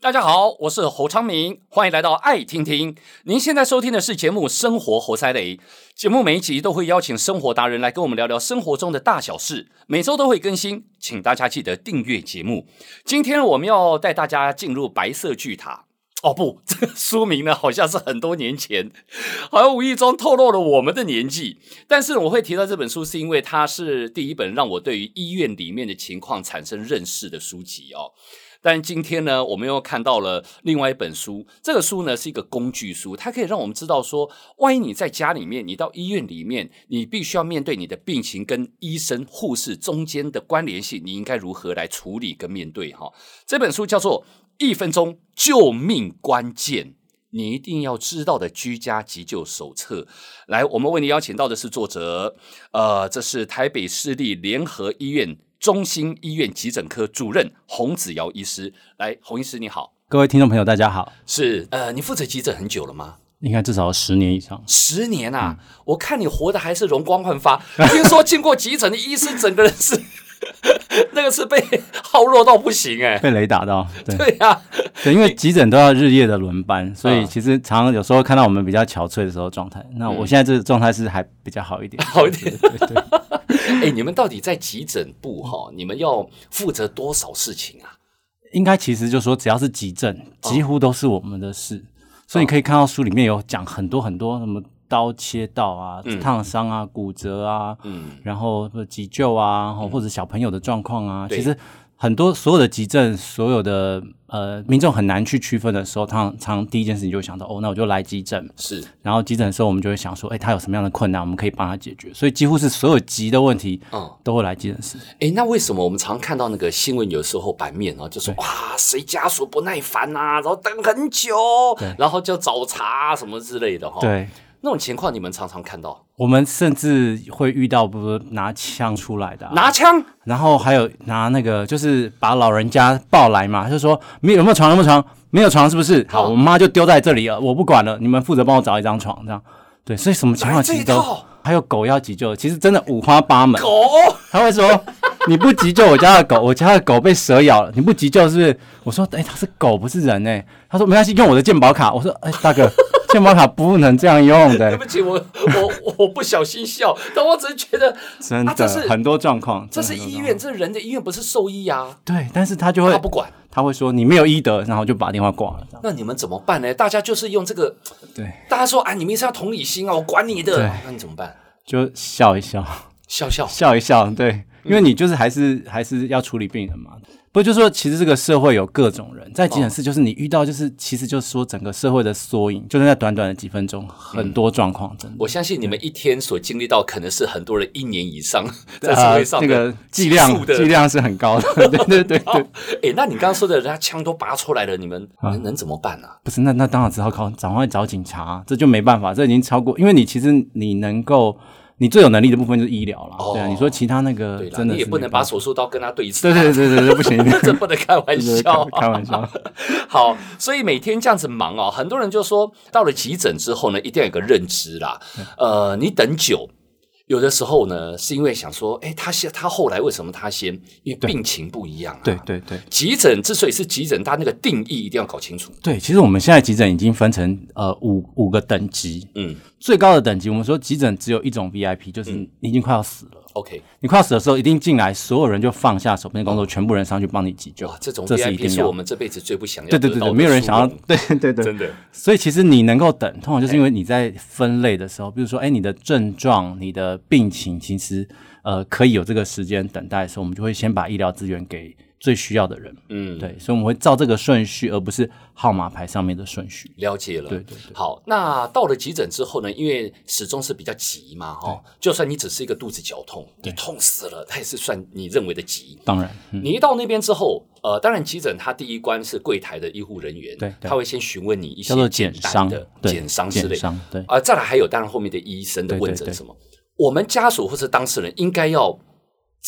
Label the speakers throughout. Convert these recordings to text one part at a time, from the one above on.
Speaker 1: 大家好，我是侯昌明，欢迎来到爱听听。您现在收听的是节目《生活活塞雷》，节目每一集都会邀请生活达人来跟我们聊聊生活中的大小事，每周都会更新，请大家记得订阅节目。今天我们要带大家进入白色巨塔。哦不， 这个书名呢好像是很多年前，好像无意中透露了我们的年纪。但是我会提到这本书，是因为它是第一本让我对于医院里面的情况产生认识的书籍哦。但今天呢，我们又看到了另外一本书。这个书呢是一个工具书，它可以让我们知道说，万一你在家里面，你到医院里面，你必须要面对你的病情跟医生、护士中间的关联性，你应该如何来处理跟面对哈。这本书叫做《一分钟救命关键》。你一定要知道的居家急救手册。来，我们为你邀请到的是作者，呃，这是台北市立联合医院中心医院急诊科主任洪子尧医师。来，洪医师你好，
Speaker 2: 各位听众朋友，大家好！
Speaker 1: 是呃，你负责急诊很久了吗？
Speaker 2: 应该至少十年以上，
Speaker 1: 十年啊，我看你活的还是容光焕发。听说经过急诊的医师，整个人是 那个是被耗弱到不行哎、
Speaker 2: 被雷打 到。对
Speaker 1: 对呀、
Speaker 2: 对，因为急诊都要日夜的轮班，所以
Speaker 1: 嗯
Speaker 2: 其实常常有时候看到我们比较憔悴的时候状态。那我现在这个状态是还比较好 一点，
Speaker 1: 好一点
Speaker 2: 对。对对，
Speaker 1: 哎、你们到底在急诊部哈、你们要负责多少事情啊？
Speaker 2: 应该其实就说只要是急症，
Speaker 1: 哦
Speaker 2: 几乎都是我们的事。所以你可以看到书里面有讲很多很多什么刀切到啊、
Speaker 1: 嗯
Speaker 2: 烫伤啊、骨折啊，
Speaker 1: 嗯。
Speaker 2: 然后急救啊，或或者小朋友的状况啊，
Speaker 1: 对
Speaker 2: 其实很多所有的急症，所有的呃民众很难去区分的时候，常常第一件事情就会想到，哦，那我就来急诊。
Speaker 1: 是
Speaker 2: 然后急诊的时候，我们就会想说，哎，他有什么样的困难，我们可以帮他解决。所以几乎是所有急的问题
Speaker 1: 嗯，
Speaker 2: 都会来急诊室。
Speaker 1: 诶，那为什么我们常看到那个新闻，有时候版面啊，就说哇，谁家属不耐烦啊，然后等很久，然后就找茬什么之类的哈。，
Speaker 2: 对，
Speaker 1: 那种情况你们常常看到，
Speaker 2: 我们甚至会遇到，不是拿枪出来的、啊，
Speaker 1: 拿枪
Speaker 2: 然后还有拿那个，就是把老人家抱来嘛，就说没有有没有床有没有床，没有床是不是？好，
Speaker 1: 好
Speaker 2: 我妈就丢在这里了，我不管了，你们负责帮我找一张床，这样。对，所以什么情
Speaker 1: 来
Speaker 2: 况
Speaker 1: 这
Speaker 2: 其
Speaker 1: 一
Speaker 2: 实都
Speaker 1: 套
Speaker 2: 还有狗要急救，其实真的五花八门。
Speaker 1: 狗，
Speaker 2: 他会 说你不急救我家的狗，我家的狗被蛇咬了，你不急救是不是？我说哎、它是狗不是人哎、他说没关系，用我的健保卡。我说哎、大哥，健保卡不能这样用 的、
Speaker 1: 对不起，我我我不小心笑，但我只是觉得
Speaker 2: 真的、
Speaker 1: 啊这是
Speaker 2: 很多状况，
Speaker 1: 这
Speaker 2: 真的
Speaker 1: 是
Speaker 2: 很多
Speaker 1: 医
Speaker 2: 状
Speaker 1: 院，这人的医院不是兽医啊，
Speaker 2: 况对，但是他就会
Speaker 1: 他不管。
Speaker 2: 他会说你没有医德，然后就把电话挂了。这样
Speaker 1: 那你们怎么办呢？大家就是用这个，
Speaker 2: 对，
Speaker 1: 大家说啊，你们是要同理心啊，我管你的
Speaker 2: 对，
Speaker 1: 啊那你怎么办？
Speaker 2: 就笑一笑，
Speaker 1: 笑笑，
Speaker 2: 笑一笑，对，因为你就是还是还是要处理病人嘛。不就是说，其实这个社会有各种人，在急诊室就是你遇到，就是其实就是说整个社会的缩影，就是在短短的几分钟，很多状况真的。
Speaker 1: 我相信你们一天所经历到，可能是很多人一年以上在社会上
Speaker 2: 呃那
Speaker 1: 的、
Speaker 2: 啊个剂量
Speaker 1: 的
Speaker 2: 剂量是很高的， 对对对对，
Speaker 1: 哎、那你刚刚说的，人家枪都拔出来了，你们能能怎么办呢、啊？
Speaker 2: 不是那那当然只好靠赶快找警察，这就没办法，这已经超过，因为你其实你能够你最有能力的部分就是医疗啦，
Speaker 1: 哦
Speaker 2: 对啊，你说其他那个
Speaker 1: 对啦，
Speaker 2: 真的
Speaker 1: 你也
Speaker 2: 是
Speaker 1: 不
Speaker 2: 没
Speaker 1: 能
Speaker 2: 办
Speaker 1: 把
Speaker 2: 法
Speaker 1: 手术刀跟他对峙，
Speaker 2: 对对对对对不行，
Speaker 1: 这不能开玩
Speaker 2: 就是
Speaker 1: 笑、啊
Speaker 2: 开开玩笑。
Speaker 1: 好，所以每天这样子忙哦，很多人就说到了急诊之后呢，一定要有个认知啦。呃，你等久，有的时候呢，是因为想说，哎，他先，他后来为什么他先？因为病情不一样、啊。
Speaker 2: 对。对对
Speaker 1: 急诊之所以是急诊，它那个定义一定要搞清楚。
Speaker 2: 对，其实我们现在急诊已经分成呃五五个等级，
Speaker 1: 嗯
Speaker 2: 最高的等级我们说急诊只有一种 VIP，就是你已经快要死了。
Speaker 1: ，OK。
Speaker 2: 你快要死的时候，一定进来，所有人就放下手边的工作，全部人上去帮你急救
Speaker 1: 哦哇，。这种
Speaker 2: 这是一
Speaker 1: VIP
Speaker 2: 定
Speaker 1: 是我
Speaker 2: 要。
Speaker 1: 们这辈子最不想要
Speaker 2: 对
Speaker 1: 得到的殊
Speaker 2: 对对
Speaker 1: 荣，
Speaker 2: 对，没有人想要。对对对，
Speaker 1: 真的
Speaker 2: 所以其实你能够等，通常就是因为你在分类的时候，比如说，哎，你的症状、你的病情，其实呃可以有这个时间等待的时候，我们就会先把医疗资源给最需要的人。
Speaker 1: 嗯
Speaker 2: 对，所以我们会照这个顺序，而不是号码牌上面的顺序。
Speaker 1: 了解了。
Speaker 2: 对对对
Speaker 1: 好，那到了急诊之后呢？因为始终是比较急嘛，哈、哦，就算你只是一个肚子绞痛，你痛死了，它也是算你认为的急。
Speaker 2: 当然，嗯，
Speaker 1: 你一到那边之后，呃，当然急诊它第一关是柜台的医护人员，
Speaker 2: 对对
Speaker 1: 他会先询问你一些
Speaker 2: 叫做
Speaker 1: 简
Speaker 2: 减
Speaker 1: 单
Speaker 2: 伤
Speaker 1: 的，
Speaker 2: 对
Speaker 1: 减伤之类
Speaker 2: 减伤对
Speaker 1: 啊、再来还有当然后面的医生的
Speaker 2: 对对
Speaker 1: 问诊
Speaker 2: 对
Speaker 1: 什么，我们家属或是当事人应该要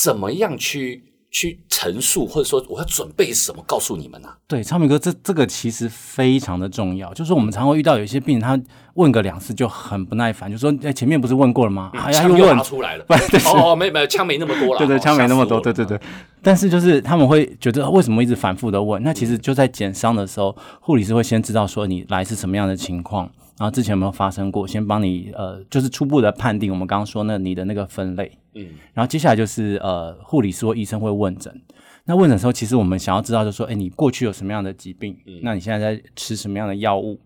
Speaker 1: 怎么样去去陈述，或者说我要准备什么告诉你们呢、啊
Speaker 2: 对，昌明哥，这这个其实非常的重要，就是我们常会遇到有一些病人，他问个两次就很不耐烦，就说，哎，前面不是问过了吗？还、要
Speaker 1: 嗯枪
Speaker 2: 又
Speaker 1: 又
Speaker 2: 问
Speaker 1: 拿，出来了，
Speaker 2: 不然就是
Speaker 1: 哦，哦没没有枪没那么多了，
Speaker 2: 对对，
Speaker 1: 哦
Speaker 2: 枪没那么多，
Speaker 1: 吓
Speaker 2: 对
Speaker 1: 死我
Speaker 2: 对
Speaker 1: 了嗯
Speaker 2: 对，但是就是他们会觉得为什么一直反复的问？那其实
Speaker 1: 嗯
Speaker 2: 就在减伤的时候，护理师会先知道说你来是什么样的情况，然后之前有没有发生过，先帮你呃就是初步的判定。我们刚刚说那你的那个分类，
Speaker 1: 嗯，
Speaker 2: 然后接下来就是呃护理师或医生会问诊。那问诊的时候，其实我们想要知道就是说，哎，你过去有什么样的疾病？
Speaker 1: 嗯
Speaker 2: 那你现在在吃什么样的药物？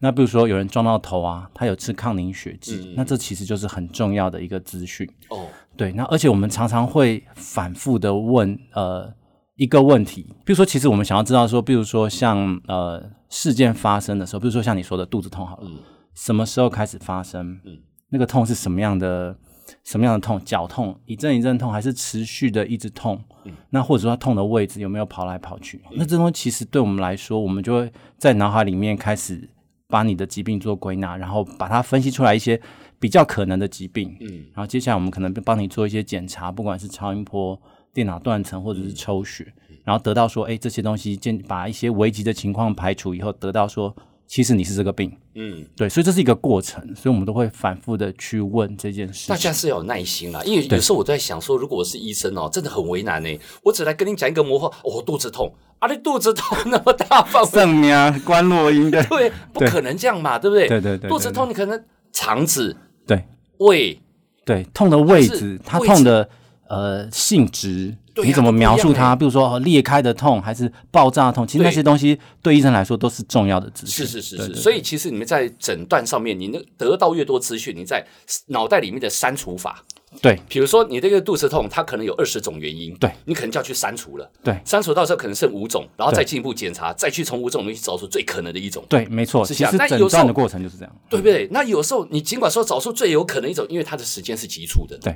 Speaker 2: 那比如说有人撞到头啊，他有吃抗凝血剂，
Speaker 1: 嗯
Speaker 2: 那这其实就是很重要的一个资讯。
Speaker 1: 哦，
Speaker 2: 对，那而且我们常常会反复的问呃一个问题，比如说，其实我们想要知道说，比如说像呃事件发生的时候，比如说像你说的肚子痛好了，什么时候开始发生？嗯，那个痛是什么样的？什么样的痛？绞痛一阵一阵痛，还是持续的一直痛？那或者说它痛的位置有没有跑来跑去？
Speaker 1: 嗯
Speaker 2: 那这东西其实对我们来说，我们就会在脑海里面开始把你的疾病做归纳，然后把它分析出来一些比较可能的疾病。嗯，然后接下来我们可能帮你做一些检查，不管是超音波、电脑断层或者是
Speaker 1: 嗯
Speaker 2: 抽血，然后得到说，哎，这些东西建把一些危急的情况排除以后，得到说，其实你是这个病。
Speaker 1: 嗯，
Speaker 2: 对，所以这是一个过程，所以我们都会反复的去问这件事
Speaker 1: 大
Speaker 2: 情。
Speaker 1: 家是要有耐心啦，因为有时候我都在想说，如果我是医生哦，真的很为难呢、我只来跟你讲一个模糊，哦我、肚子痛，啊，你肚子痛那么大 范围，
Speaker 2: 正呀，关洛音的，
Speaker 1: 对，不可能这样嘛，对不对？
Speaker 2: 对对对
Speaker 1: 肚子痛你可能肠子、
Speaker 2: 对
Speaker 1: 胃，
Speaker 2: 对，痛的位置
Speaker 1: 是，
Speaker 2: 它
Speaker 1: 位
Speaker 2: 痛
Speaker 1: 置
Speaker 2: 的呃性质，
Speaker 1: 对
Speaker 2: 你
Speaker 1: 呀
Speaker 2: 怎
Speaker 1: 都
Speaker 2: 么
Speaker 1: 不一
Speaker 2: 描述
Speaker 1: 样欸
Speaker 2: 它？比如说、哦裂开的痛，还是爆炸的痛？其实那
Speaker 1: 对
Speaker 2: 些东西对医生来说都是重要的资
Speaker 1: 是
Speaker 2: 讯。
Speaker 1: 是是
Speaker 2: 对
Speaker 1: 是，
Speaker 2: 对
Speaker 1: 所以其实你们在诊断上面，你能得到越多资讯，你在脑袋里面的删除法，
Speaker 2: 对
Speaker 1: 比如说你这个肚子痛，它可能有二十种原因，
Speaker 2: 对，
Speaker 1: 你可能就要去删除了，
Speaker 2: 对
Speaker 1: 删除到时候可能剩五种，然后再
Speaker 2: 对
Speaker 1: 进一步检查，再去从五种里面去找出最可能的一种。
Speaker 2: 对，没错。
Speaker 1: 是
Speaker 2: 其
Speaker 1: 这样
Speaker 2: 实
Speaker 1: 那有
Speaker 2: 诊
Speaker 1: 时候
Speaker 2: 断的过程就是这样。
Speaker 1: 对不对？那有时候你尽管说找出最有可能一种，因为它的时间是急促的。
Speaker 2: 对，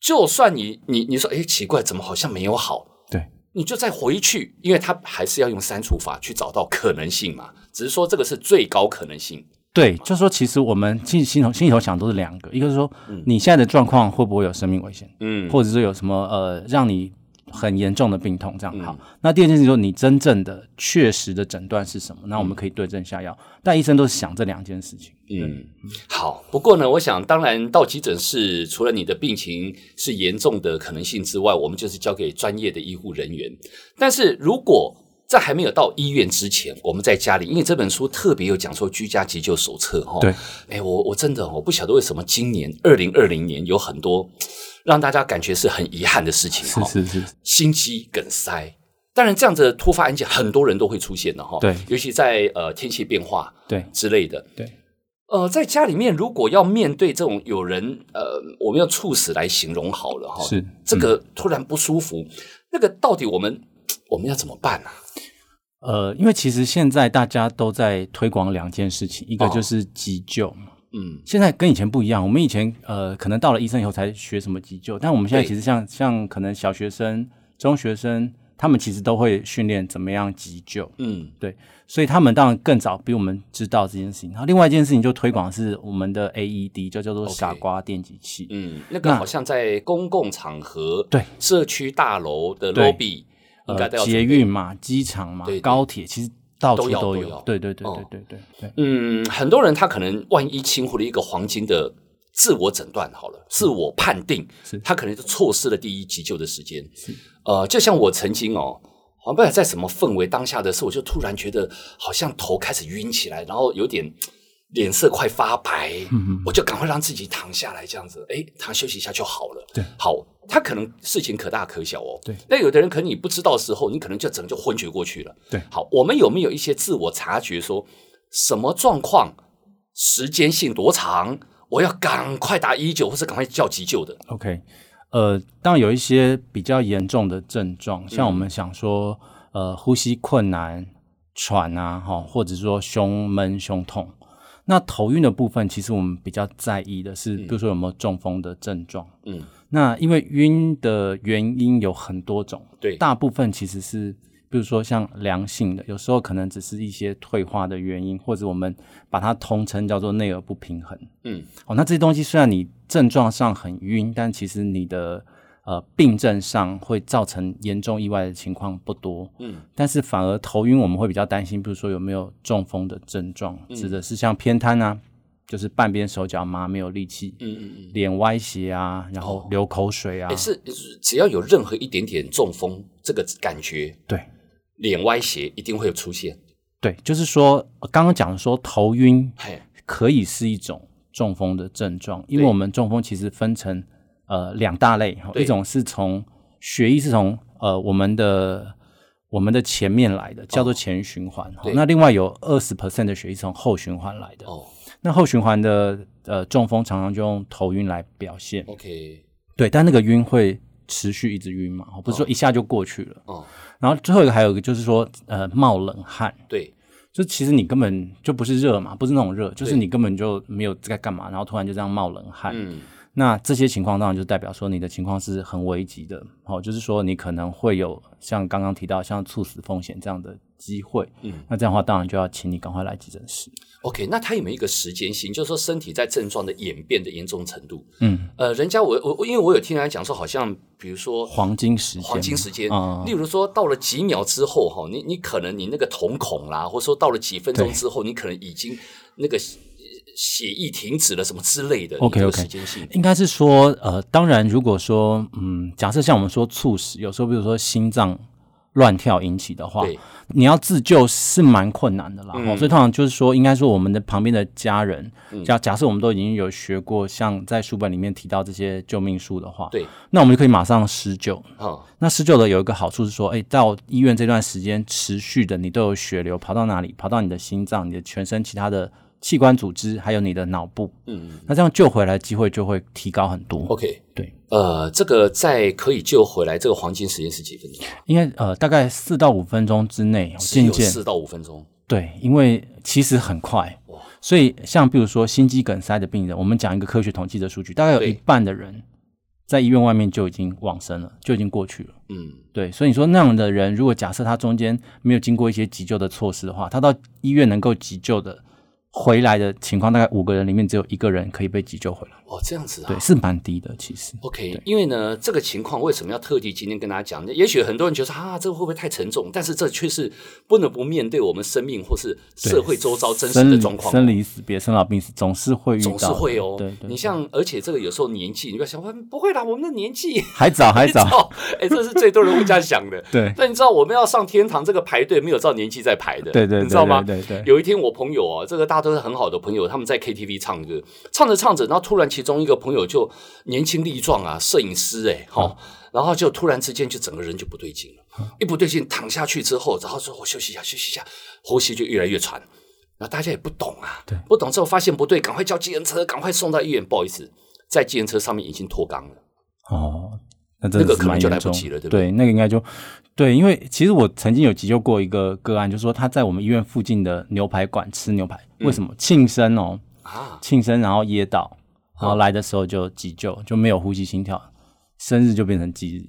Speaker 1: 就算你你你说，哎，奇怪，怎么好像没有好？
Speaker 2: 对，
Speaker 1: 你就再回去，因为它还是要用删除法去找到可能性嘛。只是说这个是最高可能性。
Speaker 2: 对，就说其实我们心心头心里头想都是两个，一个是说你现在的状况会不会有生命危险，
Speaker 1: 嗯，
Speaker 2: 或者是有什么呃让你很严重的病痛
Speaker 1: 嗯
Speaker 2: 这样好。那第二件事情就是你真正的确实的诊断是什么，那我们可以对症下药。但医生都是想这两件事情。
Speaker 1: 嗯，好。不过呢，我想，当然到急诊室，除了你的病情是严重的可能性之外，我们就是交给专业的医护人员。但是如果在还没有到医院之前，我们在家里，因为这本书特别有讲说居家急救手册哈、哦。
Speaker 2: 对，
Speaker 1: 哎，我我真的我不晓得为什么今年二零二零年有很多让大家感觉是很遗憾的事情哈、哦。
Speaker 2: 是是是，
Speaker 1: 心肌梗塞。当然，这样子的突发案件很多人都会出现的哈、
Speaker 2: 对
Speaker 1: 尤其在呃天气变化
Speaker 2: 对
Speaker 1: 之类的。
Speaker 2: 对。
Speaker 1: 呃，在家里面如果要面对这种有人呃，我们用猝死来形容好了哈，
Speaker 2: 是嗯
Speaker 1: 这个突然不舒服，那个到底我们我们要怎么办啊？
Speaker 2: 呃，因为其实现在大家都在推广两件事情，一个
Speaker 1: 哦
Speaker 2: 就是急救嘛。
Speaker 1: 嗯，
Speaker 2: 现在跟以前不一样，我们以前呃可能到了医生以后才学什么急救，但我们现在
Speaker 1: 对
Speaker 2: 其实像像可能小学生、中学生，他们其实都会训练怎么样急救。
Speaker 1: 嗯，
Speaker 2: 对，所以他们当然更早比我们知道这件事情。然后另外一件事情就推广的是我们的 AED，就叫做
Speaker 1: OK
Speaker 2: 傻瓜电击器。
Speaker 1: 嗯，那个
Speaker 2: 那
Speaker 1: 好像在公共场合、
Speaker 2: 对
Speaker 1: 社区大楼的
Speaker 2: 对
Speaker 1: lobby 应该
Speaker 2: 呃
Speaker 1: 都要，
Speaker 2: 捷运嘛、机场嘛
Speaker 1: 对对、
Speaker 2: 高铁，其实到
Speaker 1: 都
Speaker 2: 处
Speaker 1: 要
Speaker 2: 都
Speaker 1: 都
Speaker 2: 有
Speaker 1: 要。
Speaker 2: 对对对对
Speaker 1: 哦
Speaker 2: 对对对。
Speaker 1: 嗯，很多人他可能万一轻忽了一个黄金的自我诊断，好了，自我判定
Speaker 2: 是，
Speaker 1: 他可能就错失了第一急救的时间。呃，就像我曾经哦，好像不知道在什么氛围当下的时候，我就突然觉得好像头开始晕起来，然后有点脸色快发白，
Speaker 2: 嗯
Speaker 1: 我就赶快让自己躺下来，这样子，哎，躺休息一下就好了。
Speaker 2: 对，
Speaker 1: 好。他可能事情可大可小哦，
Speaker 2: 对
Speaker 1: 那有的人可能你不知道的时候，你可能就整个就昏厥过去了。
Speaker 2: 对
Speaker 1: 好，我们有没有一些自我察觉说什么状况，时间性多长，我要赶快打一九或是赶快叫急救的？
Speaker 2: OK，呃，当然有一些比较严重的症状，像我们想说，呃，呼吸困难、喘啊，哈，或者说胸闷、胸痛。那头晕的部分，其实我们比较在意的是，比如说有没有中风的症状。
Speaker 1: 嗯，
Speaker 2: 那因为晕的原因有很多种，
Speaker 1: 对
Speaker 2: 大部分其实是，比如说像良性的，有时候可能只是一些退化的原因，或者我们把它通称叫做内耳不平衡。
Speaker 1: 嗯，
Speaker 2: 哦，那这些东西虽然你症状上很晕，但其实你的呃病症上会造成严重意外的情况不多。
Speaker 1: 嗯，
Speaker 2: 但是反
Speaker 1: 嗯
Speaker 2: 而头晕我们会比较担心，比如说有没有中风的症状，指的是像偏瘫啊。就是半边手脚麻，没有力气，
Speaker 1: 嗯嗯嗯，
Speaker 2: 脸歪斜啊，然后流口水啊，
Speaker 1: 也是只要有任何一点点中风这个感觉，
Speaker 2: 对
Speaker 1: 脸歪斜一定会有出现。
Speaker 2: 对，就是说呃刚刚讲说头晕
Speaker 1: 嘿，
Speaker 2: 可以是一种中风的症状，因为
Speaker 1: 对
Speaker 2: 我们中风其实分成呃两大类，哈
Speaker 1: 对
Speaker 2: 一种是从血液是从呃我们的我们的前面来的，叫做前循环，哈
Speaker 1: 哦对
Speaker 2: 那另外有二十 percent 的血液是从后循环来的，
Speaker 1: 哦
Speaker 2: 那后循环的呃中风常常就用头晕来表现，
Speaker 1: 哦，OK，
Speaker 2: 对，但那个晕会持续一直晕嘛，哦不是说一下就过去了。
Speaker 1: 哦，
Speaker 2: 然后最后一个还有一个就是说，呃，冒冷汗，
Speaker 1: 对，
Speaker 2: 就其实你根本就不是热嘛，不是那种热，就是你根本就没有在干嘛，然后突然就这样冒冷汗。
Speaker 1: 嗯，
Speaker 2: 那这些情况当然就代表说你的情况是很危急的，哦，就是说你可能会有像刚刚提到像猝死风险这样的机会。
Speaker 1: 嗯，
Speaker 2: 那这样的话当然就要请你赶快来急诊室。
Speaker 1: OK，那它有没有一个时间性？就是说身体在症状的演变的严重程度？
Speaker 2: 嗯，
Speaker 1: 呃，人家我我我因为我有听人家讲说，好像比如说
Speaker 2: 黄金时间，
Speaker 1: 黄金时间，
Speaker 2: 嗯
Speaker 1: 例如说到了几秒之后哈，你你可能你那个瞳孔啦，或者说到了几分钟
Speaker 2: 对
Speaker 1: 之后，你可能已经那个血血液停止了什么之类的。
Speaker 2: OK，
Speaker 1: 你这个
Speaker 2: OK
Speaker 1: 时间性，
Speaker 2: 应该是说，呃，当然，如果说，嗯，假设像我们说猝死，有时候比如说心脏乱跳引起的话
Speaker 1: 对，
Speaker 2: 你要自救是蛮困难的啦。
Speaker 1: 嗯
Speaker 2: 哦所以通常就是说，应该说我们的旁边的家人，假假设我们都已经有学过，像在书本里面提到这些救命术的话，
Speaker 1: 对，
Speaker 2: 那我们就可以马上施救。
Speaker 1: 啊、
Speaker 2: 那施救的有一个好处是说，哎，到医院这段时间持续的你都有血流跑到哪里？跑到你的心脏、你的全身其他的器官组织，还有你的脑部。
Speaker 1: 嗯
Speaker 2: 那这样救回来的机会就会提高很多。
Speaker 1: ，OK，
Speaker 2: 对，
Speaker 1: 呃，这个在可以救回来，这个黄金时间是几分钟？
Speaker 2: 因为呃，大概四到五分钟之内，哦
Speaker 1: 只
Speaker 2: 渐
Speaker 1: 有
Speaker 2: 渐
Speaker 1: 四到五分钟。
Speaker 2: 对，因为其实很快
Speaker 1: 哇，
Speaker 2: 所以像比如说心肌梗塞的病人，我们讲一个科学统计的数据，大概有
Speaker 1: 对
Speaker 2: 一半的人在医院外面就已经往生了，就已经过去了。
Speaker 1: 嗯，
Speaker 2: 对，所以你说那样的人，如果假设他中间没有经过一些急救的措施的话，他到医院能够急救的回来的情况，大概五个人里面只有一个人可以被急救回来，
Speaker 1: 哦，这样子啊。
Speaker 2: 对，是蛮低的其实。
Speaker 1: OK，因为呢，这个情况为什么要特地今天跟大家讲？也许很多人觉得啊，这个会不会太沉重？但是这却是不能不面对我们生命或是社会周遭真实
Speaker 2: 生
Speaker 1: 的
Speaker 2: 离
Speaker 1: 状况。
Speaker 2: 生离死别、生老病死，总是会遇到
Speaker 1: 总
Speaker 2: 的，
Speaker 1: 是会哦，
Speaker 2: 对对，
Speaker 1: 你像，而且这个有时候年纪，你不要想，嗯不会啦，我们的年纪
Speaker 2: 还 早还早，
Speaker 1: 哦，哎，这是最多人会这样想的。
Speaker 2: 对
Speaker 1: 但你知道我们要上天堂，这个排队没有照年纪在排的，
Speaker 2: 对对，
Speaker 1: 你知道吗？
Speaker 2: 对对，对
Speaker 1: 有一天，我朋友啊，这个大家都是很好的朋友，他们在 KTV 唱歌，唱着唱着，然后突然其中一个朋友就年轻力壮啊，摄影师哎、好，
Speaker 2: 嗯
Speaker 1: 然后就突然之间就整个人就不对劲了，一不对劲躺下去之后，然后说我哦休息一下，休息一下，呼吸就越来越喘，然后大家也不懂啊，
Speaker 2: 对
Speaker 1: 不懂之后发现不对，赶快叫计程车，赶快送到医院，不好意思。在计程车上面已经脱肛了，
Speaker 2: 哦，那真的
Speaker 1: 那个
Speaker 2: 是
Speaker 1: 可能
Speaker 2: 蛮
Speaker 1: 就
Speaker 2: 严
Speaker 1: 来不
Speaker 2: 重
Speaker 1: 及了对
Speaker 2: 对
Speaker 1: 不对
Speaker 2: 那个应该就对，因为其实我曾经有急救过一个个案，就是说他在我们医院附近的牛排馆吃牛排，
Speaker 1: 嗯
Speaker 2: 为什么庆生哦，
Speaker 1: 啊！
Speaker 2: 庆生然后噎到，然
Speaker 1: 哦
Speaker 2: 后来的时候就急救，就没有呼吸心跳，生日就变成忌日，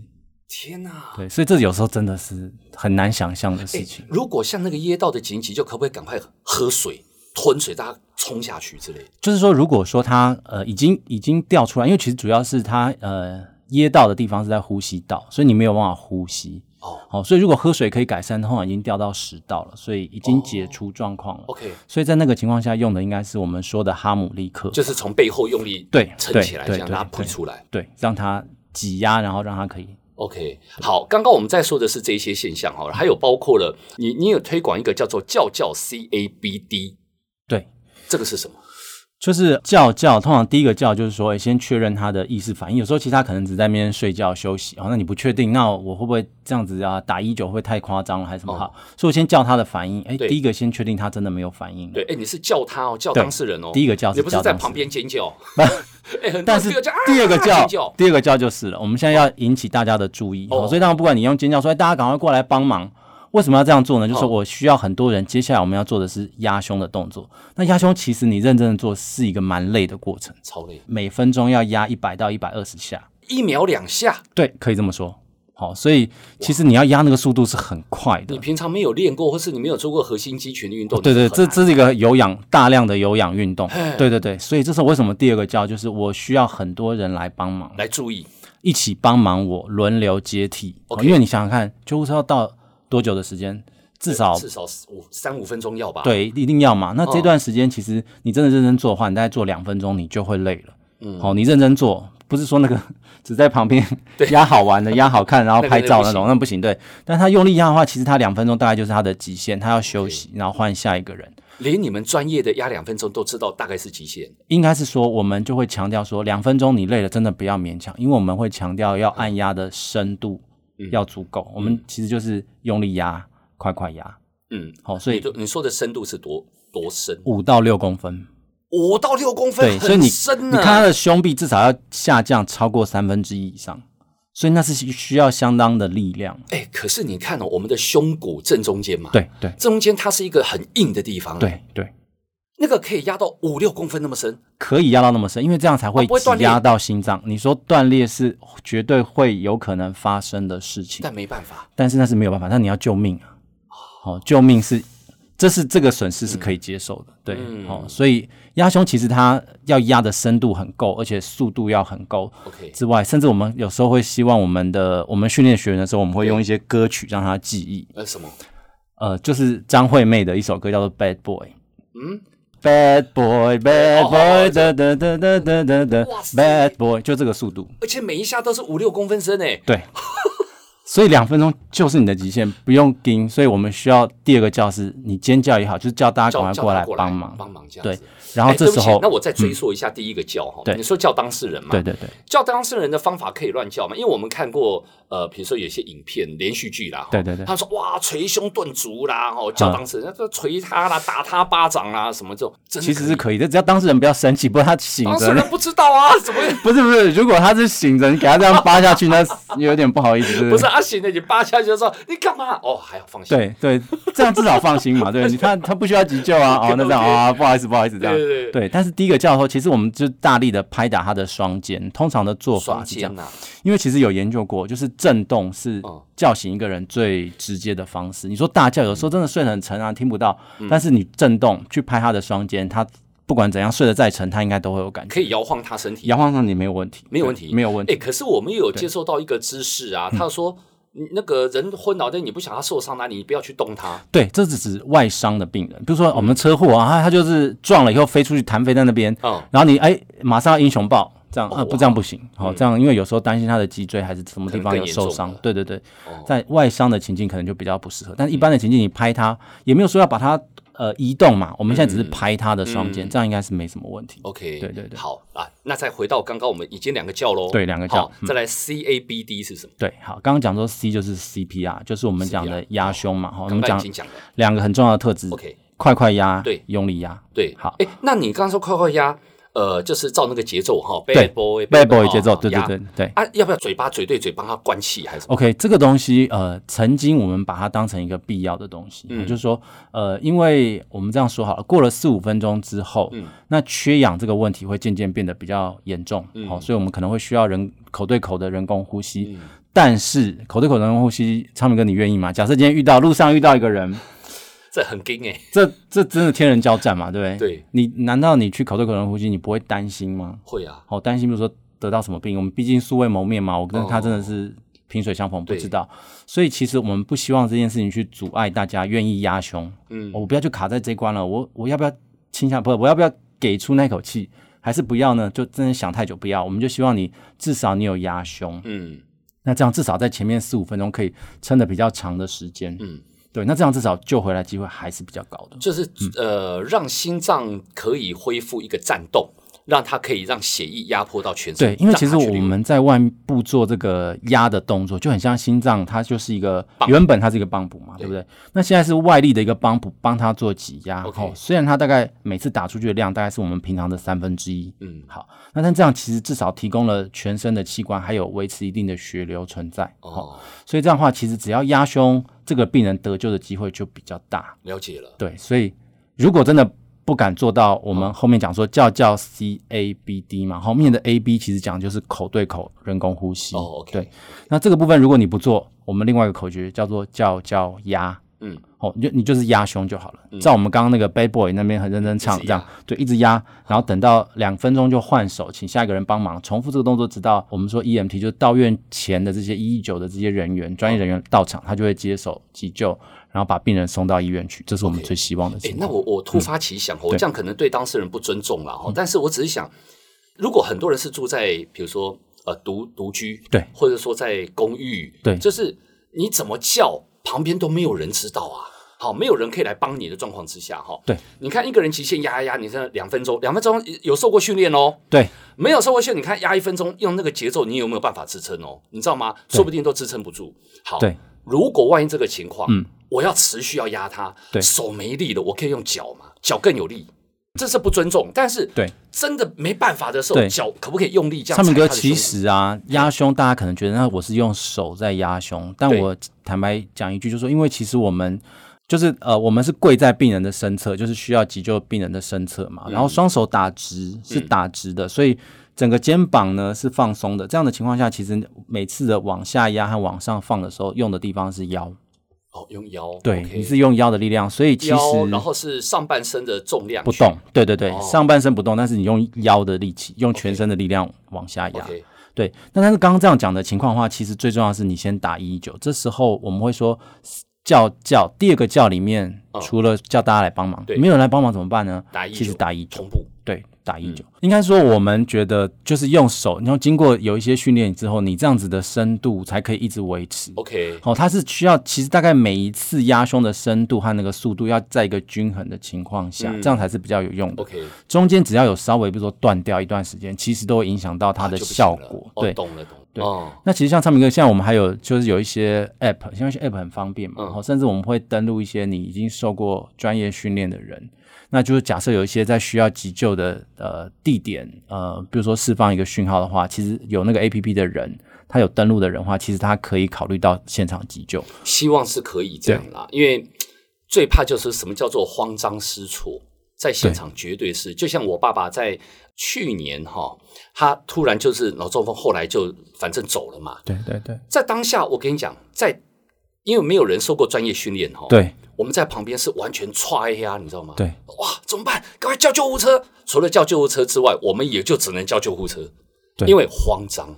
Speaker 1: 天哪！
Speaker 2: 对，所以这有时候真的是很难想象的事情。
Speaker 1: 如果像那个噎到的紧急，就可不可以赶快喝水、吞水，大家冲下去之类的？
Speaker 2: 就是说，如果说他呃已经已经掉出来，因为其实主要是他呃噎到的地方是在呼吸道，所以你没有办法呼吸。
Speaker 1: 哦
Speaker 2: 好、所以如果喝水可以改善，通常已经掉到食道了，所以已经解除状况了。
Speaker 1: ，OK，
Speaker 2: 所以在那个情况下用的应该是我们说的哈姆立克，
Speaker 1: 就是从背后用力
Speaker 2: 对
Speaker 1: 撑
Speaker 2: 对
Speaker 1: 起来，这
Speaker 2: 对
Speaker 1: 样
Speaker 2: 对
Speaker 1: 让它
Speaker 2: 对
Speaker 1: 推出来。
Speaker 2: 对，让它挤压，然后让它可以
Speaker 1: OK，好，刚刚我们在说的是这些现象哈，还有包括了你，你有推广一个叫做教教 CABD，
Speaker 2: 对。
Speaker 1: 这个是什么？
Speaker 2: 就是叫叫，通常第一个叫就是说，诶先确认他的意识反应。有时候其实他可能只在那边睡觉休息，哦，那你不确定，那我会不会这样子啊？打一九会不会太夸张了，还是什么
Speaker 1: 哦
Speaker 2: 好？所以我先叫他的反应，哎，
Speaker 1: 对
Speaker 2: 第一个先确定他真的没有反应。
Speaker 1: 对，，哎，你是叫他哦，叫
Speaker 2: 对
Speaker 1: 当事人哦，
Speaker 2: 第一个叫是
Speaker 1: 你不是
Speaker 2: 叫
Speaker 1: 在
Speaker 2: 当事人
Speaker 1: 旁边尖 叫，哎，很多
Speaker 2: 但是
Speaker 1: 人
Speaker 2: 第二个
Speaker 1: 啊尖
Speaker 2: 叫
Speaker 1: 叫，，
Speaker 2: 第二个叫就是了。我们现在要引起大家的注意，
Speaker 1: 哦
Speaker 2: 哦、所以当然不管你用尖叫说，哎，大家赶快过来帮忙。为什么要这样做呢？就是
Speaker 1: 哦
Speaker 2: 我需要很多人。接下来我们要做的是压胸的动作。那压胸其实你认真的做是一个蛮累的过程，
Speaker 1: 超累，
Speaker 2: 每分钟要压一百到一百二十下。
Speaker 1: 一秒两下，
Speaker 2: 对，可以这么说。好，所以其实你要压那个速度是很快的哦
Speaker 1: 你。平常没有练过，或是你没有做过核心肌群的运动，
Speaker 2: 对对，
Speaker 1: 你是
Speaker 2: 这
Speaker 1: 很难
Speaker 2: 这是一个有氧大量的有氧运动
Speaker 1: 嘿。
Speaker 2: 对对对，所以这是为什么第二个叫就是我需要很多人来帮忙，
Speaker 1: 来注意，
Speaker 2: 一起帮忙我轮流接替。哦
Speaker 1: OK
Speaker 2: 因为你想想看，救护车要到多久的时间？至少
Speaker 1: 至少五三五分钟要吧？，哦
Speaker 2: 对，一定要嘛。那这段时间其实你真的认真做的话，你大概做两分钟你就会累了。
Speaker 1: 嗯
Speaker 2: 好、你认真做，不是说那个 只在 旁边压好玩的、压好看，然后
Speaker 1: 那个
Speaker 2: 拍
Speaker 1: 就
Speaker 2: 照
Speaker 1: 不
Speaker 2: 那种，那不行。对，但他用力压的话，其实他两分钟大概就是他的极限，他要休息，然后换下一个人。
Speaker 1: 连你们专业的压两分钟都知道大概是极限。
Speaker 2: 应该是说，我们就会强调说，两分钟你累了，真的不要勉强，因为我们会强调要按压的深度
Speaker 1: 嗯
Speaker 2: 要足够。我们其实就是用力压，快快压。
Speaker 1: 嗯，
Speaker 2: 好、所
Speaker 1: 你
Speaker 2: 以
Speaker 1: 就你说的深度是多多深？
Speaker 2: 五到六公分。
Speaker 1: 五到六公分，
Speaker 2: 对，所以你
Speaker 1: 很深啊
Speaker 2: 你
Speaker 1: 呢、
Speaker 2: 看他的胸壁至少要下降超过三分之一以上，所以那是需要相当的力量。
Speaker 1: 哎，可是你看哦，我们的胸骨正中间嘛，，
Speaker 2: 对对
Speaker 1: 正中间它是一个很硬的地方，，啊
Speaker 2: 对对，
Speaker 1: 那个可以压到五六公分那么深，
Speaker 2: 可以压到那么深，因为这样才会
Speaker 1: 啊不会断
Speaker 2: 挤
Speaker 1: 裂
Speaker 2: 压到心脏。你说断裂是绝对会有可能发生的事情，
Speaker 1: 但没办法，
Speaker 2: 但是那是没有办法，那你要救命啊！好、救命是。这是这个损失是可以接受的，对，哦，所以压胸其实它要压的深度很够，而且速度要很够，
Speaker 1: OK，
Speaker 2: 之外，甚至我们有时候会希望我们的我们训练学员的时候，我们会用一些歌曲让他记忆。
Speaker 1: 呃，什么？
Speaker 2: 呃，就是张惠妹的一首歌叫做《Bad Boy》。
Speaker 1: 嗯
Speaker 2: ，Bad Boy, Bad
Speaker 1: 哦哦
Speaker 2: Boy，哒哒哒哒哒哒哒
Speaker 1: 哇塞
Speaker 2: ，Bad Boy，就这个速度，
Speaker 1: 而且每一下都是五六公分深欸诶、
Speaker 2: 对。 所以两分钟就是你的极限，不用盯。所以我们需要第二个教室，你尖叫也好，就是叫大家
Speaker 1: 叫
Speaker 2: 赶快
Speaker 1: 叫
Speaker 2: 过
Speaker 1: 他
Speaker 2: 来
Speaker 1: 过
Speaker 2: 帮忙。
Speaker 1: 帮忙这样
Speaker 2: 对
Speaker 1: 子。，
Speaker 2: 然后
Speaker 1: 哎
Speaker 2: 这
Speaker 1: 对
Speaker 2: 时
Speaker 1: 不起
Speaker 2: 候，嗯
Speaker 1: 那我再追溯一下第一个叫哈、
Speaker 2: 对
Speaker 1: 你说叫当事人嘛？
Speaker 2: 对对对
Speaker 1: 叫当事人的方法可以乱叫嘛？因为我们看过，呃，比如说有些影片、连续剧啦，哈
Speaker 2: 对对嗯对
Speaker 1: 他说哇，捶胸顿足啦，哦，叫当事人，他说捶他啦，打他巴掌啦，什么这种，真的
Speaker 2: 其实
Speaker 1: 可
Speaker 2: 是
Speaker 1: 以
Speaker 2: 可以的，只要当事人不要生气，不然他醒
Speaker 1: 当
Speaker 2: 着
Speaker 1: 事人不知道啊， 怎么会
Speaker 2: 不是不是，如果他是醒着，你给他这样扒下去，那有点不好意思。对
Speaker 1: 不是阿啊醒的，你扒下去就说你干嘛？哦，还好放心，
Speaker 2: 对对，这样至少放心嘛。 对，你看他不需要急救啊，哦，那这样啊，不好意思，不好意思，这样
Speaker 1: 对对对
Speaker 2: 对。但是第一个教授，其实我们就大力的拍打他的双肩，通常的做法
Speaker 1: 双
Speaker 2: 是这样
Speaker 1: 肩，呐、
Speaker 2: 因为其实有研究过，就是震动是
Speaker 1: 哦
Speaker 2: 叫醒一个人最直接的方式。你说大叫，有
Speaker 1: 嗯
Speaker 2: 时候真的睡得很沉啊，听不到，但是你震动去拍他的双肩，他不管怎样睡得再沉，他应该都会有感觉。
Speaker 1: 可以摇晃他身体，
Speaker 2: 摇晃上你没有问题，
Speaker 1: 没有
Speaker 2: 对
Speaker 1: 问题，
Speaker 2: 没有问题。嗯
Speaker 1: 哎、可是我们有接受到一个知识啊，他说。你那个人昏倒，但你不想他受伤那你不要去动他。
Speaker 2: 对，这只是外伤的病人，比如说我们车祸啊，他他就是撞了以后飞出去弹飞在那边，
Speaker 1: 嗯，
Speaker 2: 然后你哎马上要英雄抱，这样、
Speaker 1: 哦
Speaker 2: 啊不
Speaker 1: 哇
Speaker 2: 这样不行，好、这样因为有时候担心他的脊椎还是什么
Speaker 1: 可
Speaker 2: 地
Speaker 1: 能
Speaker 2: 方
Speaker 1: 更
Speaker 2: 有
Speaker 1: 严
Speaker 2: 受
Speaker 1: 重
Speaker 2: 伤
Speaker 1: 了，
Speaker 2: 对对对，
Speaker 1: 哦嗯
Speaker 2: 在外伤的情境可能就比较不适合，但是一般的情境你拍他也没有说要把他呃移动嘛，我们现在
Speaker 1: 嗯
Speaker 2: 只是拍他的双肩，这样应该是没什么问题。
Speaker 1: OK，
Speaker 2: 对对对
Speaker 1: 好啊，那再回到刚刚我们已经两个叫喽，
Speaker 2: 对两个叫嗯
Speaker 1: 好再来 CABD 是什么？
Speaker 2: 对，好，刚刚讲说 C 就是 CPR，就是我们讲的压胸嘛，好，我
Speaker 1: 刚
Speaker 2: 们
Speaker 1: 刚已
Speaker 2: 哦讲
Speaker 1: 经讲了
Speaker 2: 两个很重要的特质
Speaker 1: ，OK，
Speaker 2: 快快压，
Speaker 1: 对
Speaker 2: 用力压，
Speaker 1: 对，
Speaker 2: 好
Speaker 1: 哎，那你刚刚说快快压，呃，就是照那个节奏哈
Speaker 2: 对
Speaker 1: ，Bad Boy
Speaker 2: ，bad boy 节奏，
Speaker 1: 哦
Speaker 2: 对对
Speaker 1: 压
Speaker 2: 对对。
Speaker 1: 啊，要不要嘴巴嘴对嘴帮他灌气还是什么？
Speaker 2: OK，这个东西呃，曾经我们把它当成一个必要的东西，就是说呃，因为我们这样说好了，过了四五分钟之后，那缺氧这个问题会渐渐变得比较严重，好、所以我们可能会需要人口对口的人工呼吸。但是口对口人工呼吸，昌明哥，你愿意吗？假设今天遇到路上遇到一个人，
Speaker 1: 这很硬哎，
Speaker 2: 这这真的天人交战嘛，对不对？
Speaker 1: 对，
Speaker 2: 你难道你去口对口人工呼吸，你不会担心吗？
Speaker 1: 会啊，
Speaker 2: 好担心，比如说得到什么病，我们毕竟素未谋面嘛，我跟他真的是萍水相逢，不
Speaker 1: 哦对
Speaker 2: 知道，所以其实我们不希望这件事情去阻碍大家愿意压胸，哦
Speaker 1: 嗯
Speaker 2: 我不要就卡在这一关了，我我要不要倾向不，我要不要给出那口气，还是不要呢？就真的想太久，不要，我们就希望你至少你有压胸，
Speaker 1: 嗯，
Speaker 2: 那这样至少在前面四五分钟可以撑的比较长的时间，
Speaker 1: 嗯，
Speaker 2: 对，那这样至少救回来机会还是比较高的。
Speaker 1: 就是呃，让心脏可以恢复一个颤动，让它可以让血液压迫到全身。
Speaker 2: 对，因为
Speaker 1: 让
Speaker 2: 其实
Speaker 1: 它去
Speaker 2: 我
Speaker 1: 流
Speaker 2: 们在外部做这个压的动作，就很像心脏，它就是一个
Speaker 1: 棒
Speaker 2: 原本它是一个帮补嘛，对不对？那现在是外力的一个帮补，帮它做挤压。
Speaker 1: OK
Speaker 2: 哦，虽然它大概每次打出去的量大概是我们平常的三分之一，
Speaker 1: 嗯，
Speaker 2: 好，那但这样其实至少提供了全身的器官，还有维持一定的血流存在。哦，
Speaker 1: 哦，
Speaker 2: 所以这样的话，其实只要压胸，这个病人得救的机会就比较大。
Speaker 1: 了解了。
Speaker 2: 对，所以如果真的不敢做到，我们后面讲说叫叫 C A B D 嘛，后面的 A B 其实讲就是口对口人工呼吸。
Speaker 1: 哦，OK
Speaker 2: 对，那这个部分如果你不做，我们另外一个口诀叫做叫叫压。
Speaker 1: 嗯，
Speaker 2: 哦，你就你就是压胸就好了，照我们刚刚那个 Bad Boy 那边很认真唱，
Speaker 1: 一直
Speaker 2: 这
Speaker 1: 压
Speaker 2: 样对，一直压，然后等到两分钟就换手，请下一个人帮忙，重复这个动作，直到我们说 E EMT 就是到院前的这些一一九的这些人员专业人员到场，他就会接手急救，然后把病人送到医院去，这是我们最希望的
Speaker 1: 哎、
Speaker 2: 情
Speaker 1: 那
Speaker 2: 况。
Speaker 1: 我我突发奇想，我
Speaker 2: 对嗯
Speaker 1: 这样可能对当事人不尊重了哈。但是我只是想，如果很多人是住在比如说呃独独居，
Speaker 2: 对
Speaker 1: 或者说在公寓，
Speaker 2: 对
Speaker 1: 就是你怎么叫旁边都没有人知道啊。好，没有人可以来帮你的状况之下，哈，
Speaker 2: 对，
Speaker 1: 你看一个人极限压压，你这两分钟，两分钟有受过训练哦，
Speaker 2: 对
Speaker 1: 没有受过训，你看压一分钟，用那个节奏，你有没有办法支撑哦？你知道吗？说不定都支撑不住。好，
Speaker 2: 对，
Speaker 1: 如果万一这个情况，
Speaker 2: 嗯，
Speaker 1: 我要持续要压它，
Speaker 2: 对
Speaker 1: 手没力了，我可以用脚嘛，脚更有力，这是不尊重。但是，
Speaker 2: 对，
Speaker 1: 真的没办法的时候，
Speaker 2: 对
Speaker 1: 脚可不可以用力这样
Speaker 2: 唱
Speaker 1: 踩
Speaker 2: 明
Speaker 1: 他的胸部？
Speaker 2: 哥其实啊，压胸大家可能觉得那我是用手在压胸，但
Speaker 1: 对
Speaker 2: 我坦白讲一句，就是说，因为其实我们就是呃，我们是跪在病人的身侧，就是需要急救病人的身侧嘛，
Speaker 1: 嗯
Speaker 2: 然后双手打直是打直的，所以整个肩膀呢是放松的。这样的情况下，其实每次的往下压和往上放的时候，用的地方是腰，
Speaker 1: 哦，用腰，
Speaker 2: 对
Speaker 1: OK
Speaker 2: 你是用腰的力量，所以其实
Speaker 1: 腰，然后是上半身的重量
Speaker 2: 不
Speaker 1: 去
Speaker 2: 动，对对对，
Speaker 1: 哦
Speaker 2: 上半身不动，但是你用腰的力气，用全身的力量往下压。
Speaker 1: ，OK，
Speaker 2: 对，那但是刚刚这样讲的情况的话，其实最重要的是你先打一一九，这时候我们会说叫叫第二个叫里面，
Speaker 1: 嗯
Speaker 2: 除了叫大家来帮忙
Speaker 1: 对，
Speaker 2: 没有人来帮忙怎么办呢？
Speaker 1: 打119
Speaker 2: 其实打一九
Speaker 1: 同，步，
Speaker 2: 对，打一
Speaker 1: 嗯
Speaker 2: 九、应该说我们觉得就是用手，然后经过有一些训练之后，你这样子的深度才可以一直维持。
Speaker 1: OK，
Speaker 2: 哦，它是需要，其实大概每一次压胸的深度和那个速度要在一个均衡的情况下，
Speaker 1: 嗯哦
Speaker 2: 这样才是比较有用的。
Speaker 1: OK，
Speaker 2: 中间只要有稍微，比如说断掉一段时间，其实都会影响到它的
Speaker 1: 就不行
Speaker 2: 效
Speaker 1: 了
Speaker 2: 果。
Speaker 1: 哦
Speaker 2: 对，
Speaker 1: 懂了，懂了，
Speaker 2: 对
Speaker 1: 哦
Speaker 2: 那其实像唱明哥，现在我们还有就是有一些 app，现在 app 很方便嘛，
Speaker 1: 嗯
Speaker 2: 然后、甚至我们会登录一些你已经受过专业训练的人，那就是假设有一些在需要急救的呃地点，呃，比如说释放一个讯号的话，其实有那个 app 的人，他有登录的人的话，其实他可以考虑到现场急救。
Speaker 1: 希望是可以这样啦，因为最怕就是什么叫做慌张失措，在现场绝对是，就像我爸爸在去年哈、他突然就是脑中风，后来就反正走了嘛。
Speaker 2: 对对对
Speaker 1: 在当下，我跟你讲，在因为没有人受过专业训练哈、，
Speaker 2: 对
Speaker 1: 我们在旁边是完全踹呀、你知道吗？，
Speaker 2: 对
Speaker 1: 哇，怎么办？赶快叫救护车！除了叫救护车之外，我们也就只能叫救护车，
Speaker 2: 对
Speaker 1: 因为慌张。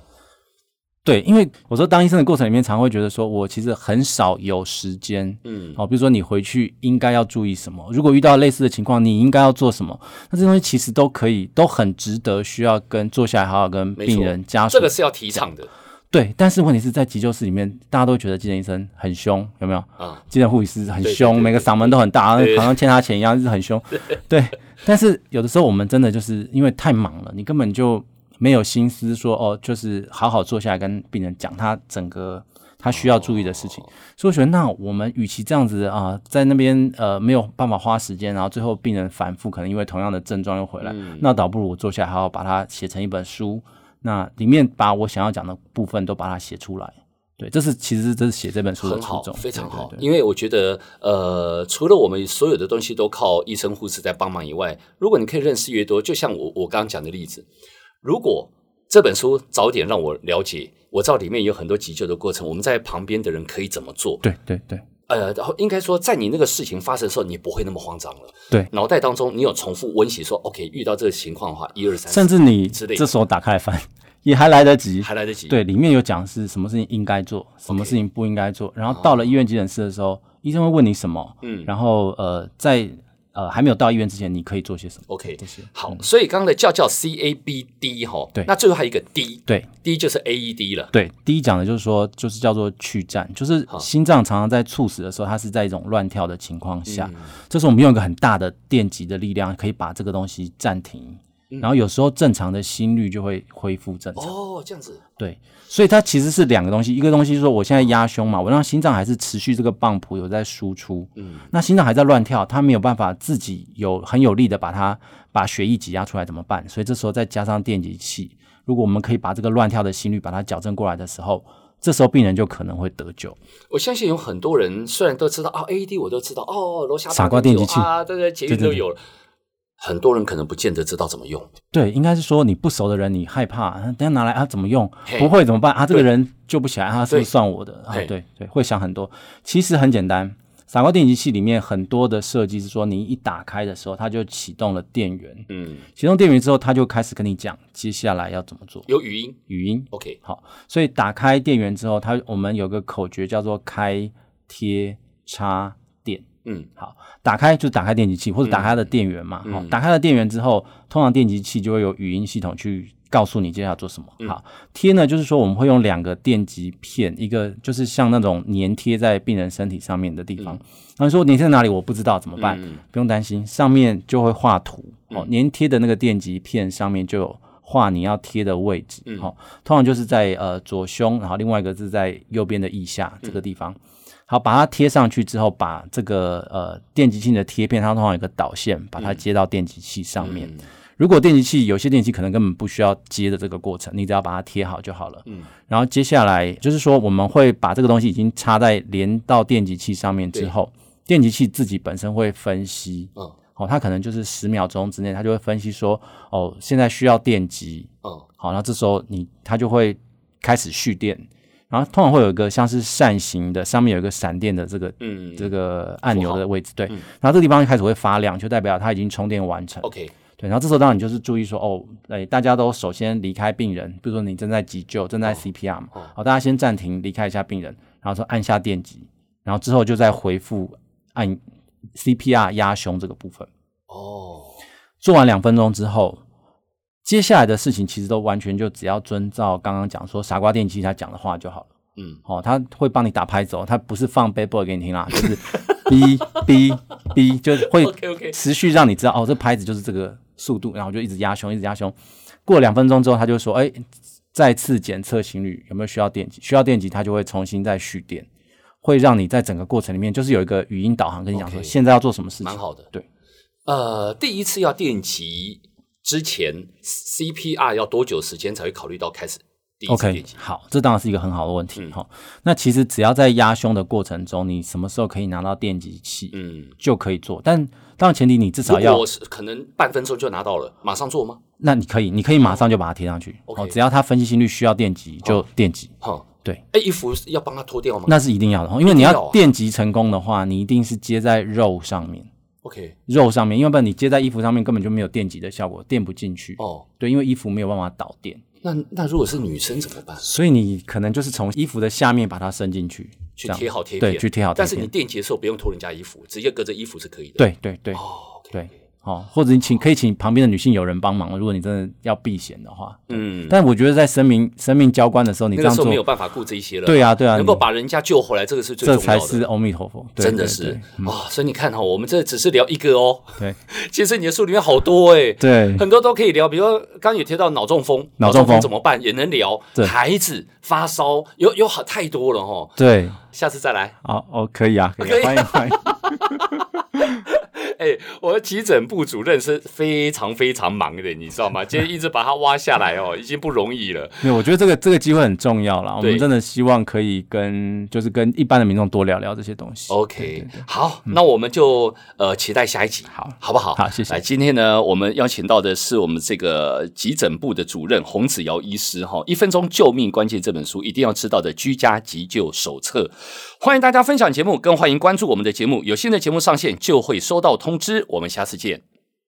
Speaker 2: 对，因为我说当医生的过程里面，常会觉得说我其实很少有时间，
Speaker 1: 嗯，
Speaker 2: 哦，比如说你回去应该要注意什么？如果遇到类似的情况，你应该要做什么？那这些东西其实都可以，都很值得需要跟坐下来好好跟
Speaker 1: 没
Speaker 2: 病
Speaker 1: 错
Speaker 2: 人家属
Speaker 1: 这个是要提倡的
Speaker 2: 对。但是问题是在急救室里面，大家都觉得急诊医生很凶，有没有？
Speaker 1: 啊。
Speaker 2: 急诊护理师很
Speaker 1: 对对
Speaker 2: 凶，
Speaker 1: 对
Speaker 2: 每个
Speaker 1: 对
Speaker 2: 嗓门都很大，好
Speaker 1: 对
Speaker 2: 像好像欠他钱一样，就是 很凶。对，但是有的时候我们真的就是因为太忙了，你根本就没有心思说哦，就是好好坐下来跟病人讲他整个他需要注意的事情。所以我觉得，那我们与其这样子啊、在那边呃没有办法花时间，然后最后病人反复，可能因为同样的症状又回来，
Speaker 1: 嗯
Speaker 2: 那倒不如我坐下来好好把它写成一本书。那里面把我想要讲的部分都把它写出来，对，这是其实这是写这本书的
Speaker 1: 很
Speaker 2: 初
Speaker 1: 好
Speaker 2: 衷，，
Speaker 1: 非常
Speaker 2: 对对
Speaker 1: 好
Speaker 2: 对。
Speaker 1: 因为我觉得，呃，除了我们所有的东西都靠医生护士在帮忙以外，如果你可以认识越多，就像我我刚刚讲的例子，如果这本书早点让我了解，我知道里面有很多急救的过程，我们在旁边的人可以怎么做。
Speaker 2: 对对对
Speaker 1: 呃，然后应该说，在你那个事情发生的时候，你不会那么慌张了。
Speaker 2: 对
Speaker 1: 脑袋当中你有重复温习说，OK，遇到这个情况的话，一二三，
Speaker 2: 甚至你
Speaker 1: 之类的
Speaker 2: 这时候打开来翻，也还来得及。
Speaker 1: 还来得及。
Speaker 2: 对，里面有讲是什么事情应该做，什么事情不应该做。然后到了医院急诊室的时候，医生会问你什么，
Speaker 1: 嗯
Speaker 2: 然后呃，在呃还没有到医院之前，你可以做些什么
Speaker 1: OK，
Speaker 2: 这些
Speaker 1: 好，所以刚刚的叫叫 C A B D 哈，
Speaker 2: 对
Speaker 1: 那最后还有一个 D，D
Speaker 2: 对
Speaker 1: 就是 A E D 了。
Speaker 2: 对，第一讲的就是说，就是叫做去站，就是
Speaker 1: 好
Speaker 2: 心脏常常在猝死的时候，它是在一种乱跳的情况下，这时候我们用一个很大的电极的力量，可以把这个东西暂停，然后有时候正常的心率就会恢复正常。
Speaker 1: 哦，这样子，
Speaker 2: 对，所以它其实是两个东西，一个东西是说我现在压胸嘛，我让心脏还是持续这个泵浦有在输出，嗯，那心脏还在乱跳，它没有办法自己有很有力的把它把血液挤压出来怎么办？所以这时候再加上电极器，如果我们可以把这个乱跳的心率把它矫正过来的时候，这时候病人就可能会得救。
Speaker 1: 我相信有很多人虽然都知道啊，AED 我都知道哦，楼下
Speaker 2: 傻瓜
Speaker 1: 大厅
Speaker 2: 电
Speaker 1: 有
Speaker 2: 击器
Speaker 1: 啊，对对，捷运
Speaker 2: 对对
Speaker 1: 都
Speaker 2: 对
Speaker 1: 有了。很多人可能不见得知道怎么用，
Speaker 2: 对，应该是说你不熟的人，你害怕，啊等一下拿来啊怎么用
Speaker 1: 嘿？
Speaker 2: 不会怎么办啊？这个
Speaker 1: 对
Speaker 2: 人救不起来，啊，是不是算我的？啊
Speaker 1: 嘿，
Speaker 2: 对对，会想很多。其实很简单，傻瓜电极器里面很多的设计是说，你一打开的时候，它就启动了电源，
Speaker 1: 嗯，
Speaker 2: 启动电源之后，它就开始跟你讲接下来要怎么做，
Speaker 1: 有语音
Speaker 2: 语音。
Speaker 1: ，OK，
Speaker 2: 好，所以打开电源之后，它我们有个口诀叫做开、贴、插、电。
Speaker 1: 嗯，
Speaker 2: 好，打开就打开电极器，或者打开它的电源嘛。好、
Speaker 1: 嗯嗯
Speaker 2: 打开了电源之后，通常电极器就会有语音系统去告诉你接下来要做什么。
Speaker 1: 嗯
Speaker 2: 好，贴呢，就是说我们会用两个电极片，一个就是像那种粘贴在病人身体上面的地方。那、后你说粘贴在哪里？我不知道怎么办？
Speaker 1: 嗯
Speaker 2: 不用担心，上面就会画图。哦，粘贴的那个电极片上面就有。画你要贴的位置，
Speaker 1: 嗯
Speaker 2: 好、通常就是在呃左胸，然后另外一个是在右边的腋下这个地方。好，把它贴上去之后，把这个呃电极器的贴片，它通常有一个导线，把它接到电极器上面。如果电极器有些电极器可能根本不需要接的这个过程，你只要把它贴好就好了。嗯，然后接下来就是说，我们会把这个东西已经插在连到电极器上面之后，电极器自己本身会分析，
Speaker 1: 嗯
Speaker 2: 哦，它可能就是十秒钟之内，它就会分析说，哦，现在需要电极，
Speaker 1: 嗯
Speaker 2: 好，那这时候你它就会开始蓄电，然后通常会有一个像是扇形的，上面有一个闪电的这个、
Speaker 1: 嗯
Speaker 2: 这个按钮的位置，对，然后这个地方就开始会发亮，就代表它已经充电完成。
Speaker 1: ，OK，
Speaker 2: 对，然后这时候当然你就是注意说，哦，哎，大家都首先离开病人，比如说你正在急救，正在 CPR 嘛，好、大家先暂停，离开一下病人，然后说按下电击，然后之后就再回复按 CPR 压胸这个部分。
Speaker 1: 哦，
Speaker 2: 做完两分钟之后，接下来的事情其实都完全就只要遵照刚刚讲说傻瓜电器他讲的话就好了。
Speaker 1: 嗯，
Speaker 2: 哦，他会帮你打拍子哦，他不是放 bad boy 给你听 啦，就是哔哔哔，就是会
Speaker 1: OK，OK
Speaker 2: 持续让你知道哦，这拍子就是这个速度，然后就一直压胸，一直压胸。过了两分钟之后，他就说，哎，再次检测情侣有没有需要电极，需要电极，他就会重新再续电，会让你在整个过程里面就是有一个语音导航跟你讲说
Speaker 1: OK
Speaker 2: 现在要做什么事情
Speaker 1: 蛮。好的。
Speaker 2: 对，
Speaker 1: 呃，第一次要电击之前，CPR 要多久时间才会考虑到开始第一次
Speaker 2: OK，
Speaker 1: 电击？
Speaker 2: 好，这当然是一个很好的问
Speaker 1: 嗯
Speaker 2: 题哈、那其实只要在压胸的过程中，你什么时候可以拿到电极器，
Speaker 1: 嗯，
Speaker 2: 就可以做。但当然前提你至少
Speaker 1: 如
Speaker 2: 要
Speaker 1: 果，是可能半分钟就拿到了，马上做吗？
Speaker 2: 那你可以，你可以马上就把它贴上去。
Speaker 1: OK 哦
Speaker 2: 哦，只要它分析心率需要电极，就电极。
Speaker 1: 哈，
Speaker 2: 对，
Speaker 1: 哎，衣服要帮他脱掉吗
Speaker 2: 那是一定要的，哦因为你
Speaker 1: 一定要
Speaker 2: 要
Speaker 1: 啊
Speaker 2: 电极成功的话，你一定是接在肉上面，
Speaker 1: ？OK，
Speaker 2: 肉上面，因为不然你接在衣服上面根本就没有电极的效果，电不进去。
Speaker 1: 哦，
Speaker 2: 对，因为衣服没有办法导电，
Speaker 1: 那那如果是女生怎么办？
Speaker 2: 所以你可能就是从衣服的下面把它伸进去，
Speaker 1: 去
Speaker 2: 这样
Speaker 1: 贴好贴片，
Speaker 2: 对，去贴好贴
Speaker 1: 但
Speaker 2: 片。
Speaker 1: 是你电击的时候不用脱人家衣服，直接隔着衣服是可以的。，
Speaker 2: 对对对，
Speaker 1: 哦，OK，
Speaker 2: 对，好、或者你请可以请旁边的女性友人帮忙，如果你真的要避嫌的话。
Speaker 1: 嗯，
Speaker 2: 但我觉得在生命生命交关的时候，你
Speaker 1: 那
Speaker 2: 这
Speaker 1: 个
Speaker 2: 样
Speaker 1: 时
Speaker 2: 做，
Speaker 1: 候没有办法顾这一些了。
Speaker 2: 对啊对啊，
Speaker 1: 能够
Speaker 2: 你
Speaker 1: 把人家救回来，这个是最重
Speaker 2: 这
Speaker 1: 要的。
Speaker 2: 才是阿弥陀佛，对
Speaker 1: 啊真的
Speaker 2: 对嗯
Speaker 1: 是啊、所以你看哈、我们这只是聊一个哦，
Speaker 2: 对
Speaker 1: 其实你的书里面好多哎、
Speaker 2: 对 对
Speaker 1: 很多都可以聊，比如说刚刚也提到脑中风，
Speaker 2: 脑中风
Speaker 1: 怎么办也能聊，
Speaker 2: 对
Speaker 1: 孩子发烧有有好太多了哈、
Speaker 2: 对，
Speaker 1: 下次再来。
Speaker 2: 好哦，可以啊，可
Speaker 1: 可以
Speaker 2: 以啊，欢迎欢迎，
Speaker 1: 哎，我的急诊部主任是非常非常忙的，你知道吗？今天一直把他挖下来哦，已经不容易了。
Speaker 2: 没有，我觉得这个这个机会很重要啦，我
Speaker 1: 对
Speaker 2: 们真的希望可以跟就是跟一般的民众多聊聊这些东西。
Speaker 1: OK，好，那我们就呃期待下一集，
Speaker 2: 嗯好
Speaker 1: 好不好？
Speaker 2: 好谢谢
Speaker 1: 来，今天呢，我们邀请到的是我们这个急诊部的主任洪子尧医师哈，《一分钟救命关键》这本书一定要知道的居家急救手册。欢迎大家分享节目，更欢迎关注我们的节目，有新的节目上线就会收到通知。我们下次见。